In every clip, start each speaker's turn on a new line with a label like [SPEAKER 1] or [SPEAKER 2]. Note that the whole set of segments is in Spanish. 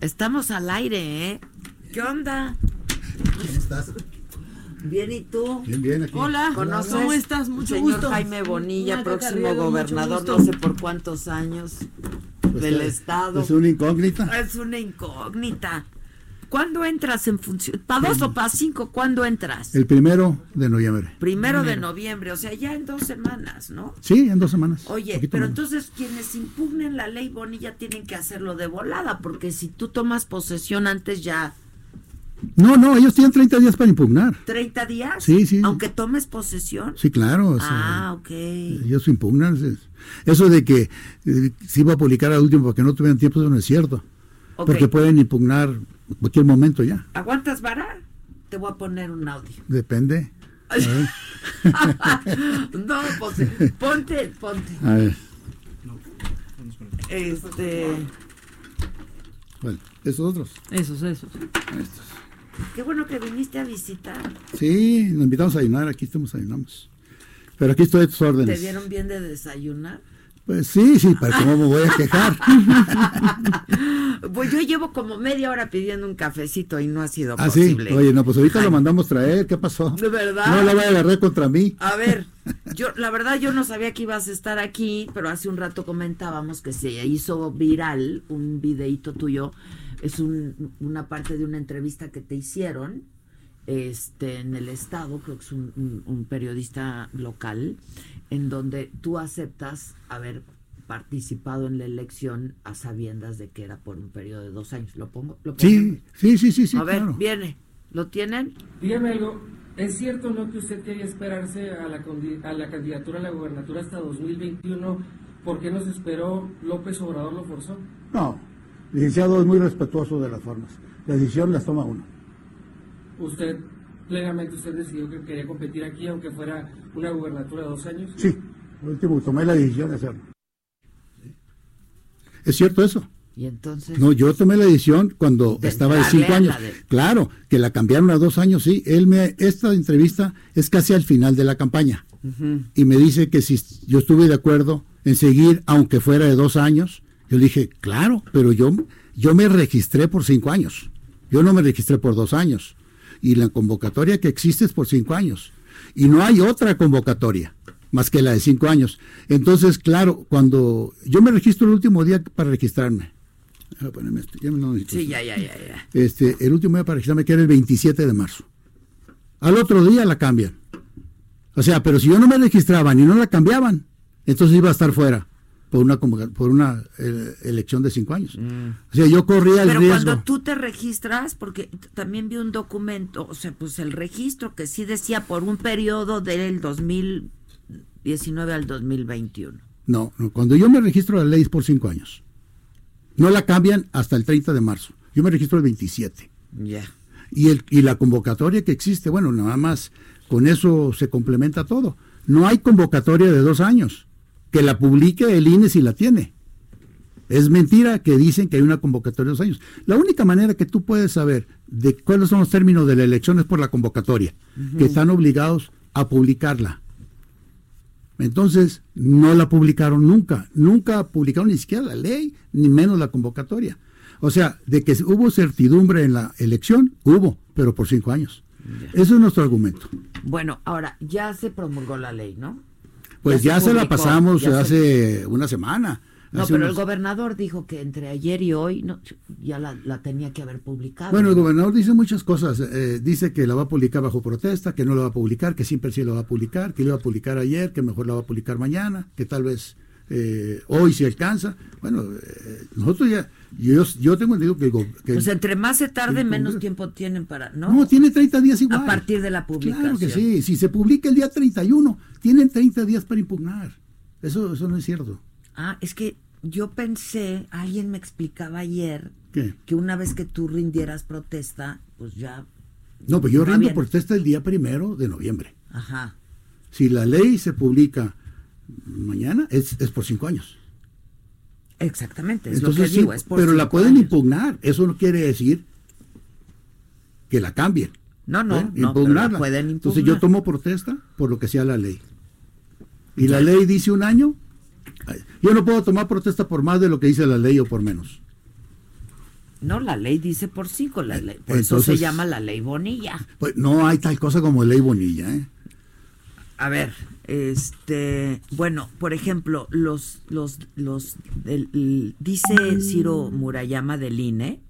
[SPEAKER 1] Estamos al aire, ¿eh? ¿Qué onda?
[SPEAKER 2] ¿Cómo estás?
[SPEAKER 1] Bien, ¿y tú?
[SPEAKER 2] Bien, bien, aquí.
[SPEAKER 3] Hola,
[SPEAKER 1] ¿Conoces?
[SPEAKER 3] ¿cómo estás? Mucho
[SPEAKER 1] Señor
[SPEAKER 3] gusto.
[SPEAKER 1] Jaime Bonilla,
[SPEAKER 3] Hola,
[SPEAKER 1] próximo
[SPEAKER 3] Catarriel, mucho
[SPEAKER 1] gobernador,
[SPEAKER 3] gusto.
[SPEAKER 1] no sé por cuántos años
[SPEAKER 2] Pues,
[SPEAKER 1] del
[SPEAKER 2] eh,
[SPEAKER 1] Estado.
[SPEAKER 2] Es una incógnita.
[SPEAKER 1] Es una incógnita. ¿Cuándo entras en función? ¿Para dos o para cinco? ¿Cuándo entras?
[SPEAKER 2] El primero de noviembre.
[SPEAKER 1] Primero de noviembre, o sea, ya en dos semanas, ¿no?
[SPEAKER 2] Sí, en dos semanas.
[SPEAKER 1] Oye,
[SPEAKER 2] Poquito
[SPEAKER 1] pero
[SPEAKER 2] menos.
[SPEAKER 1] entonces quienes impugnen la ley Bonilla tienen que hacerlo de volada, porque si tú tomas posesión antes ya
[SPEAKER 2] No, no, ellos tienen 30 días para impugnar.
[SPEAKER 1] 30 días,
[SPEAKER 2] Sí, sí.
[SPEAKER 1] aunque tomes posesión.
[SPEAKER 2] Sí, claro. o sea,
[SPEAKER 1] ah, ok.
[SPEAKER 2] Ellos impugnan. sí. Eso de que eh, se iba a publicar al último porque no tuvieron tiempo, eso no es cierto.
[SPEAKER 1] Ok.
[SPEAKER 2] Porque pues pueden impugnar en cualquier momento ya.
[SPEAKER 1] ¿Aguantas vara? Te voy a poner un audio.
[SPEAKER 2] Depende. A ver,
[SPEAKER 1] no, pues ponte, ponte.
[SPEAKER 2] a ver.
[SPEAKER 1] Este,
[SPEAKER 2] Bueno, esos otros.
[SPEAKER 3] Esos, esos.
[SPEAKER 2] Estos.
[SPEAKER 1] qué bueno que viniste a visitar.
[SPEAKER 2] Sí, nos invitamos a ayunar. Aquí estamos, ayunamos. Pero aquí estoy a tus órdenes.
[SPEAKER 1] ¿Te dieron bien de desayunar?
[SPEAKER 2] Pues sí, sí, para cómo me voy a quejar.
[SPEAKER 1] Pues yo llevo como media hora pidiendo un cafecito y no ha sido
[SPEAKER 2] Ah, sí.
[SPEAKER 1] posible.
[SPEAKER 2] Oye, no, pues ahorita lo mandamos traer. ¿Qué pasó?
[SPEAKER 1] ¿De verdad?
[SPEAKER 2] No la voy a agarrar contra mí.
[SPEAKER 1] A ver, yo la verdad yo no sabía que ibas a estar aquí, pero hace un rato comentábamos que se hizo viral un videíto tuyo, es un- una parte de una entrevista que te hicieron este en el estado, creo que es un, un- un periodista local, en donde tú aceptas haber participado en la elección a sabiendas de que era por un periodo de dos años. ¿Lo pongo? ¿Lo
[SPEAKER 2] Sí,
[SPEAKER 1] ponemos?
[SPEAKER 2] sí, sí, sí, sí.
[SPEAKER 1] a ver,
[SPEAKER 2] claro.
[SPEAKER 1] viene. ¿Lo tienen?
[SPEAKER 4] Dígame algo, ¿es cierto o no que usted quería esperarse a la, condi- a la candidatura a la gobernatura hasta 2021? ¿Por qué nos esperó? ¿López Obrador lo forzó?
[SPEAKER 5] No, el licenciado es muy respetuoso de las formas. La decisión las toma uno.
[SPEAKER 4] ¿Usted plenamente usted decidió que quería competir aquí aunque fuera una gobernatura de dos años?
[SPEAKER 5] Sí, por último tomé la decisión de hacerlo.
[SPEAKER 2] ¿Es cierto eso?
[SPEAKER 1] Y entonces...
[SPEAKER 2] No, yo tomé la decisión cuando
[SPEAKER 1] De
[SPEAKER 2] estaba de
[SPEAKER 1] entrarle
[SPEAKER 2] cinco
[SPEAKER 1] a la
[SPEAKER 2] años.
[SPEAKER 1] de-
[SPEAKER 2] Claro, que la cambiaron a dos años, sí. Él me, esta entrevista es casi al final de la campaña. Y me dice que si yo estuve de acuerdo en seguir, aunque fuera de dos años, yo le dije, claro, pero yo, yo me registré por cinco años. Yo no me registré por dos años. Y la convocatoria que existe es por cinco años. Y no hay otra convocatoria más que la de cinco años. Entonces, claro, cuando yo me registro el último día para registrarme. Ah, Déjame ponerme esto, ya pues no necesito
[SPEAKER 1] Sí,
[SPEAKER 2] esto.
[SPEAKER 1] ya, ya, ya, ya.
[SPEAKER 2] Este, el último día para registrarme que era el 27 de marzo. Al otro día la cambian. O sea, pero si yo no me registraban y no la cambiaban, entonces iba a estar fuera por una convoca- por una eh, elección de cinco años. O sea, yo corría el
[SPEAKER 1] Mm. Pero
[SPEAKER 2] riesgo.
[SPEAKER 1] cuando tú te registras, porque t- también vi un documento, o sea, pues el registro que sí decía por un periodo del 2019 al 2021.
[SPEAKER 2] No, no, cuando yo me registro la ley es por cinco años. No la cambian hasta el 30 de marzo. Yo me registro el 27.
[SPEAKER 1] Ya.
[SPEAKER 2] Y, el, y la convocatoria que existe, bueno, nada más con eso se complementa todo. No hay convocatoria de dos años. Que la publique el INE si la tiene. Es mentira que dicen que hay una convocatoria de dos años. La única manera que tú puedes saber de cuáles son los términos de la elección es por la convocatoria, que están obligados a publicarla. Entonces, no la publicaron nunca. Nunca publicaron ni siquiera la ley, ni menos la convocatoria. O sea, de que hubo certidumbre en la elección, hubo, pero por cinco años. Ese es nuestro argumento.
[SPEAKER 1] Bueno, ahora ya se promulgó la ley, ¿no?
[SPEAKER 2] Pues
[SPEAKER 1] Ya
[SPEAKER 2] ya,
[SPEAKER 1] se
[SPEAKER 2] se, la
[SPEAKER 1] publicó,
[SPEAKER 2] pasamos
[SPEAKER 1] ya
[SPEAKER 2] hace una semana.
[SPEAKER 1] No,
[SPEAKER 2] hace
[SPEAKER 1] pero el
[SPEAKER 2] unos-
[SPEAKER 1] gobernador dijo que entre ayer y hoy no, ya la, la tenía que haber publicado.
[SPEAKER 2] Bueno, el gobernador dice muchas cosas. eh, dice que la va a publicar bajo protesta, que no la va a publicar, que siempre sí la va a publicar, que la iba a publicar ayer, que mejor la va a publicar mañana, que tal vez eh, hoy si alcanza. Bueno, eh, nosotros ya, yo, yo tengo entendido que el, go- que el-
[SPEAKER 1] pues entre más se tarde,
[SPEAKER 2] el
[SPEAKER 1] menos
[SPEAKER 2] Congreso-
[SPEAKER 1] tiempo tienen para, ¿no?
[SPEAKER 2] no, tiene 30 días igual.
[SPEAKER 1] A partir de la publicación.
[SPEAKER 2] Claro que sí. Si se publica el día 31, tienen 30 días para impugnar. Eso, eso no es cierto.
[SPEAKER 1] Ah, es que yo pensé, alguien me explicaba ayer
[SPEAKER 2] ¿Qué?
[SPEAKER 1] que una vez que tú rindieras protesta, pues ya,
[SPEAKER 2] No, pues yo
[SPEAKER 1] Está
[SPEAKER 2] rindo
[SPEAKER 1] bien.
[SPEAKER 2] protesta el día primero de noviembre.
[SPEAKER 1] ajá.
[SPEAKER 2] Si la ley se publica mañana, es, es por cinco años.
[SPEAKER 1] Exactamente, es lo
[SPEAKER 2] Entonces,
[SPEAKER 1] que
[SPEAKER 2] sí,
[SPEAKER 1] digo, es por
[SPEAKER 2] pero la
[SPEAKER 1] cinco
[SPEAKER 2] pueden
[SPEAKER 1] años.
[SPEAKER 2] impugnar. Eso no quiere decir que la cambien.
[SPEAKER 1] No, Ah, no,
[SPEAKER 2] ¿eh?
[SPEAKER 1] no, pero la
[SPEAKER 2] Impugnarla.
[SPEAKER 1] pueden
[SPEAKER 2] Entonces
[SPEAKER 1] impugnar.
[SPEAKER 2] yo tomo protesta por lo que sea la ley. Y la ley dice un año. Ay, Yo no puedo tomar protesta por más de lo que dice la ley o por menos.
[SPEAKER 1] No, la ley dice por cinco, la ley. Por eso se
[SPEAKER 2] Entonces-
[SPEAKER 1] llama la ley Bonilla.
[SPEAKER 2] Pues no hay tal cosa como ley Bonilla, ¿eh?
[SPEAKER 1] A ver, este, bueno, por ejemplo, los, los, los, el- el- dice Ciro Murayama del INE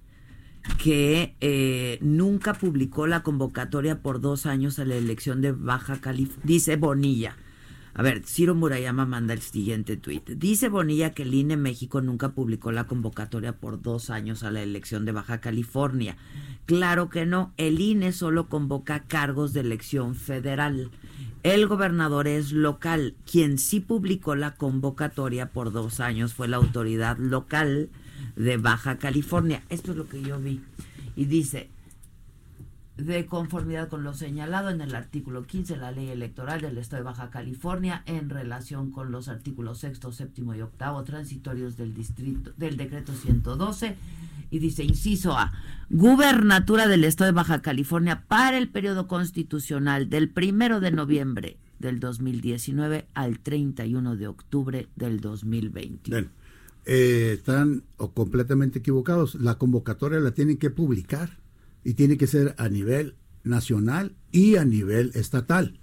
[SPEAKER 1] que eh, nunca publicó la convocatoria por dos años a la elección de Baja California. Dice Bonilla. A ver, Ciro Murayama manda el siguiente tuit. Dice Bonilla que el INE México nunca publicó la convocatoria por dos años a la elección de Baja California. Claro que no, el INE solo convoca cargos de elección federal. El gobernador es local. Quien sí publicó la convocatoria por dos años fue la autoridad local de Baja California. Esto es lo que yo vi. Y dice, de conformidad con lo señalado en el artículo 15 de la ley electoral del Estado de Baja California en relación con los artículos sexto, séptimo y octavo transitorios del distrito del decreto 112 y dice inciso A gubernatura del Estado de Baja California para el periodo constitucional del primero de noviembre del 2019 al 31 de octubre del 2020
[SPEAKER 2] Bueno, eh, están o completamente equivocados. La convocatoria la tienen que publicar y tiene que ser a nivel nacional y a nivel estatal.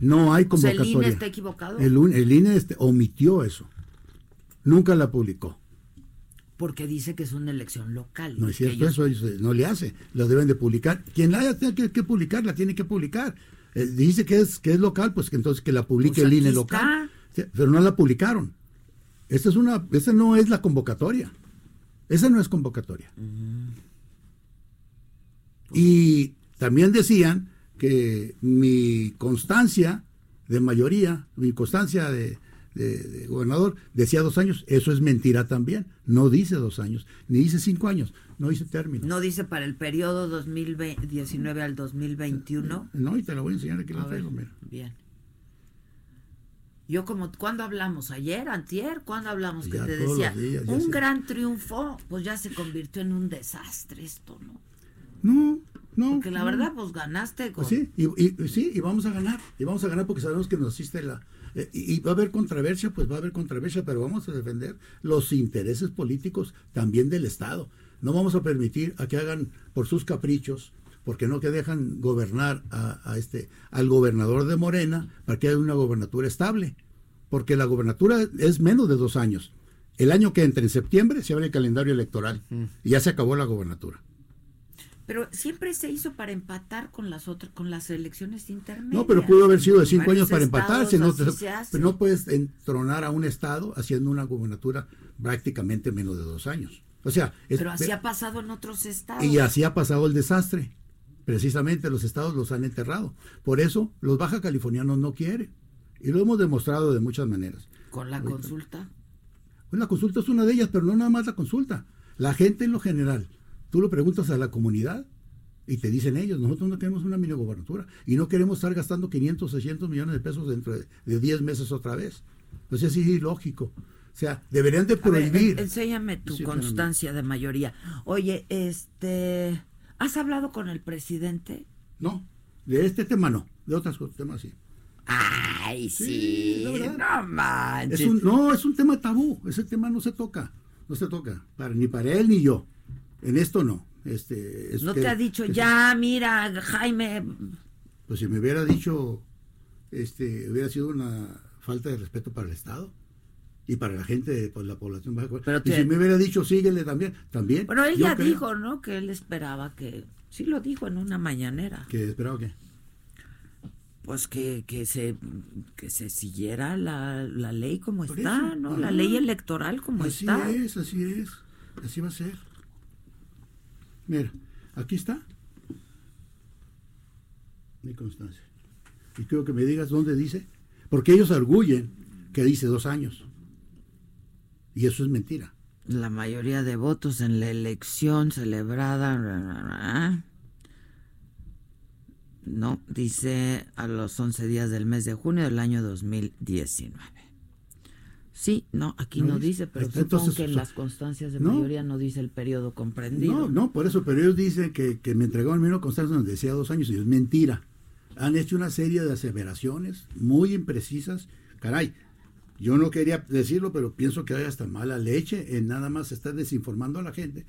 [SPEAKER 2] No hay
[SPEAKER 1] O sea, Pues el
[SPEAKER 2] convocatoria.
[SPEAKER 1] INE está equivocado.
[SPEAKER 2] El, un- el INE este, omitió eso. Nunca la publicó.
[SPEAKER 1] porque dice que es una elección local
[SPEAKER 2] No
[SPEAKER 1] y
[SPEAKER 2] es
[SPEAKER 1] que
[SPEAKER 2] cierto
[SPEAKER 1] ellos-
[SPEAKER 2] eso, ellos, eh, no le hace. Lo deben de publicar. Quien la haya tenido que, que publicar, la tiene que publicar. Eh, dice que es, que es local, pues que entonces que la publique
[SPEAKER 1] Pues
[SPEAKER 2] el
[SPEAKER 1] aquí
[SPEAKER 2] INE
[SPEAKER 1] está.
[SPEAKER 2] local. Sí, Pero no la publicaron. Esta es una, esa no es la convocatoria. Esa no es convocatoria. Y también decían que mi constancia de mayoría, mi constancia de, de- de gobernador, decía dos años. Eso es mentira también. No dice dos años, ni dice cinco años, no dice término.
[SPEAKER 1] No dice para el periodo 2019 al 2021.
[SPEAKER 2] No, y te lo voy a enseñar aquí,
[SPEAKER 1] A
[SPEAKER 2] la
[SPEAKER 1] ver,
[SPEAKER 2] traigo, mira.
[SPEAKER 1] bien. Yo como, ¿cuándo hablamos? ¿Ayer? ¿Antier? ¿Cuándo hablamos? Que
[SPEAKER 2] Ya
[SPEAKER 1] te
[SPEAKER 2] todos
[SPEAKER 1] decía,
[SPEAKER 2] los días, ya
[SPEAKER 1] un
[SPEAKER 2] sé.
[SPEAKER 1] gran triunfo, pues ya se convirtió en un desastre esto, ¿no?
[SPEAKER 2] No, no.
[SPEAKER 1] Porque la
[SPEAKER 2] no.
[SPEAKER 1] verdad, pues ganaste con...
[SPEAKER 2] Pues sí, y, y- y sí, y vamos a ganar, y vamos a ganar porque sabemos que nos asiste la... eh, y, y va a haber controversia, pues va a haber controversia, pero vamos a defender los intereses políticos también del Estado. No vamos a permitir a que hagan por sus caprichos, porque no que dejan gobernar a, a este al gobernador de Morena para que haya una gobernatura estable, porque la gobernatura es menos de dos años. El año que entre en septiembre se abre el calendario electoral y ya se acabó la gobernatura.
[SPEAKER 1] Pero siempre se hizo para empatar con las otras, con las elecciones intermedias.
[SPEAKER 2] No, pero pudo haber sido de cinco
[SPEAKER 1] Varios
[SPEAKER 2] años para empatarse. No,
[SPEAKER 1] estados así se hace.
[SPEAKER 2] pero no puedes entronar a un Estado haciendo una gubernatura prácticamente menos de dos años. O sea, es-
[SPEAKER 1] Pero así ha pasado en otros estados.
[SPEAKER 2] y así ha pasado el desastre. Precisamente los estados los han enterrado. Por eso los baja californianos no quieren. Y lo hemos demostrado de muchas maneras.
[SPEAKER 1] Con la consulta.
[SPEAKER 2] Pues la consulta es una de ellas, pero no nada más la consulta. La gente en lo general. Tú lo preguntas a la comunidad y te dicen ellos, nosotros no queremos una mini gobernatura y no queremos estar gastando 500, 600 millones de pesos dentro de, de 10 meses otra vez. Entonces es ilógico. O sea, deberían de
[SPEAKER 1] A ver,
[SPEAKER 2] prohibir.
[SPEAKER 1] en- enséñame tu
[SPEAKER 2] Sí, espérame.
[SPEAKER 1] constancia de mayoría. Oye, este, ¿has hablado con el presidente?
[SPEAKER 2] No, de este tema no, de otros temas sí.
[SPEAKER 1] Ay, sí,
[SPEAKER 2] Sí, la verdad.
[SPEAKER 1] no manches.
[SPEAKER 2] Es un, no, es un tema tabú, ese tema no se toca, no se toca, para, ni para él ni yo. En esto no. Este, es
[SPEAKER 1] no
[SPEAKER 2] que-
[SPEAKER 1] te ha dicho,
[SPEAKER 2] que se-
[SPEAKER 1] ya, mira, Jaime,
[SPEAKER 2] Pues si me hubiera dicho, este, hubiera sido una falta de respeto para el Estado y para la gente, pues la población baja.
[SPEAKER 1] Pero
[SPEAKER 2] y
[SPEAKER 1] te-
[SPEAKER 2] si me hubiera dicho, síguele también, también.
[SPEAKER 1] bueno, él
[SPEAKER 2] yo
[SPEAKER 1] ya
[SPEAKER 2] creo
[SPEAKER 1] dijo, ¿no? Que él esperaba que, sí lo dijo en una mañanera,
[SPEAKER 2] Que esperaba que.
[SPEAKER 1] pues que, que se que se siguiera la, la ley como
[SPEAKER 2] Por
[SPEAKER 1] está,
[SPEAKER 2] eso,
[SPEAKER 1] ¿no? La
[SPEAKER 2] ajá.
[SPEAKER 1] ley electoral como
[SPEAKER 2] así
[SPEAKER 1] está.
[SPEAKER 2] es, así es, así va a ser. Mira, aquí está mi constancia. Y quiero que me digas dónde dice, porque ellos arguyen que dice dos años. Y eso es mentira.
[SPEAKER 1] La mayoría de votos en la elección celebrada. ra, ra, ra. No, dice a los 11 días del mes de junio del año 2019. Sí, no, aquí no,
[SPEAKER 2] No
[SPEAKER 1] dice,
[SPEAKER 2] dice.
[SPEAKER 1] pero
[SPEAKER 2] Entonces,
[SPEAKER 1] supongo que en
[SPEAKER 2] so-
[SPEAKER 1] las constancias de
[SPEAKER 2] no.
[SPEAKER 1] mayoría no dice el periodo comprendido.
[SPEAKER 2] No, no, por eso, pero ellos dicen que, que me entregaron menos constancia donde decía dos años y es mentira. Han hecho una serie de aseveraciones muy imprecisas. Caray, Yo no quería decirlo, pero pienso que hay hasta mala leche en nada más estar desinformando a la gente.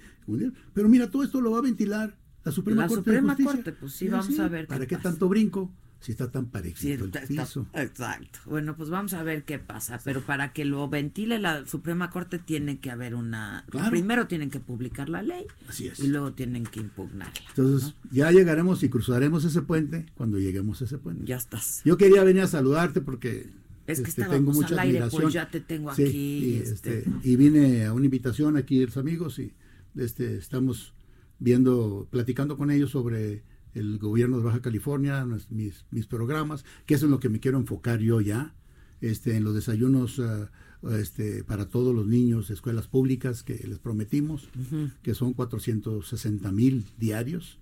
[SPEAKER 2] Pero mira, todo esto lo va a ventilar la Suprema
[SPEAKER 1] La
[SPEAKER 2] Corte
[SPEAKER 1] Suprema
[SPEAKER 2] de Justicia.
[SPEAKER 1] Corte, pues sí, vamos a ver
[SPEAKER 2] ¿Para
[SPEAKER 1] qué
[SPEAKER 2] qué,
[SPEAKER 1] pasa.
[SPEAKER 2] tanto brinco si está tan
[SPEAKER 1] Sí,
[SPEAKER 2] parecido el
[SPEAKER 1] está- está-
[SPEAKER 2] piso?
[SPEAKER 1] exacto. Bueno, pues vamos a ver qué pasa. Pero para que lo ventile la Suprema Corte tiene que haber una...
[SPEAKER 2] Claro.
[SPEAKER 1] Primero tienen que publicar la ley
[SPEAKER 2] Así es.
[SPEAKER 1] y luego tienen que impugnarla.
[SPEAKER 2] Entonces, ya llegaremos y cruzaremos ese puente cuando lleguemos a ese puente.
[SPEAKER 1] Ya estás.
[SPEAKER 2] Yo quería venir a saludarte porque
[SPEAKER 1] Es que
[SPEAKER 2] este,
[SPEAKER 1] estábamos
[SPEAKER 2] tengo mucha
[SPEAKER 1] al aire,
[SPEAKER 2] admiración.
[SPEAKER 1] pues ya te tengo
[SPEAKER 2] Sí,
[SPEAKER 1] aquí.
[SPEAKER 2] Y,
[SPEAKER 1] este,
[SPEAKER 2] este, y vine a una invitación aquí de los amigos y este, estamos viendo, platicando con ellos sobre el gobierno de Baja California, nos- mis, mis programas, que eso es lo que me quiero enfocar yo ya, este, en los desayunos ah, este, para todos los niños de escuelas públicas que les prometimos, que son 460 mil diarios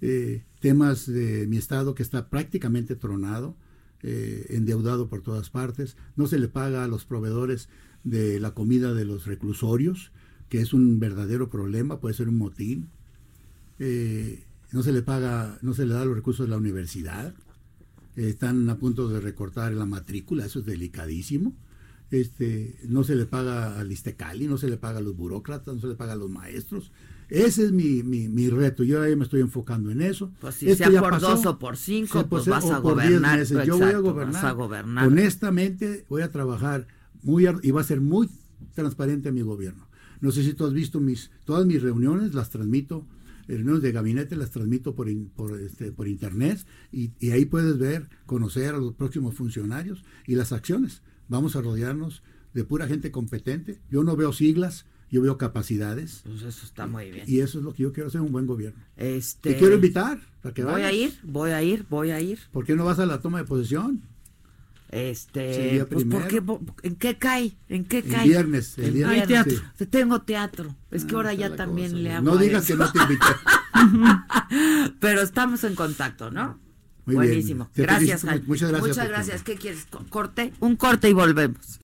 [SPEAKER 2] eh, temas de mi estado que está prácticamente tronado, eh, endeudado por todas partes, no se le paga a los proveedores de la comida de los reclusorios, que es un verdadero problema, puede ser un motín, Eh, no se le paga, no se le da los recursos de la universidad, Eh, están a punto de recortar la matrícula, eso es delicadísimo. Este, no se le paga al Istecali, no se le paga a los burócratas, no se le paga a los maestros. Ese es mi, mi, mi reto. Yo ahí me estoy enfocando en eso.
[SPEAKER 1] Pues si sea por dos o por cinco, pues vas
[SPEAKER 2] eh, o
[SPEAKER 1] a
[SPEAKER 2] por diez
[SPEAKER 1] gobernar,
[SPEAKER 2] meses.
[SPEAKER 1] pero
[SPEAKER 2] Yo voy a
[SPEAKER 1] exacto,
[SPEAKER 2] gobernar.
[SPEAKER 1] vas a gobernar.
[SPEAKER 2] Honestamente, voy a trabajar muy ar- y va a ser muy transparente mi gobierno. No sé si tú has visto mis todas mis reuniones, las transmito, eh, reuniones de gabinete las transmito por in- por, este, por internet y, y ahí puedes ver, conocer a los próximos funcionarios y las acciones. Vamos a rodearnos de pura gente competente. Yo no veo siglas, yo veo capacidades
[SPEAKER 1] Pues eso está muy bien.
[SPEAKER 2] y eso es lo que yo quiero hacer, un buen gobierno.
[SPEAKER 1] este,
[SPEAKER 2] Te quiero invitar para que
[SPEAKER 1] Voy
[SPEAKER 2] vayas.
[SPEAKER 1] a ir, voy a ir, voy a ir.
[SPEAKER 2] ¿Por qué no vas a la toma de posesión? Sí,
[SPEAKER 1] Este,
[SPEAKER 2] día
[SPEAKER 1] pues ¿por
[SPEAKER 2] primero.
[SPEAKER 1] qué, po- ¿en qué cae? ¿en qué
[SPEAKER 2] El
[SPEAKER 1] cae?
[SPEAKER 2] viernes, el
[SPEAKER 1] En-
[SPEAKER 2] viernes,
[SPEAKER 1] Hay teatro.
[SPEAKER 2] sí.
[SPEAKER 1] Te- Tengo teatro. Es que
[SPEAKER 2] Ah,
[SPEAKER 1] ahora
[SPEAKER 2] está
[SPEAKER 1] ya
[SPEAKER 2] la
[SPEAKER 1] también
[SPEAKER 2] cosa.
[SPEAKER 1] le hago.
[SPEAKER 2] No
[SPEAKER 1] a
[SPEAKER 2] digas
[SPEAKER 1] eso.
[SPEAKER 2] que no te invité.
[SPEAKER 1] Pero estamos en contacto, ¿no?
[SPEAKER 2] Muy bien.
[SPEAKER 1] Buenísimo.
[SPEAKER 2] Te
[SPEAKER 1] gracias,
[SPEAKER 2] felicito.
[SPEAKER 1] Jaime.
[SPEAKER 2] Muchas gracias
[SPEAKER 1] Muchas
[SPEAKER 2] por tu-
[SPEAKER 1] gracias. ¿Qué quieres? ¿Co- ¿Corte? Un corte y volvemos.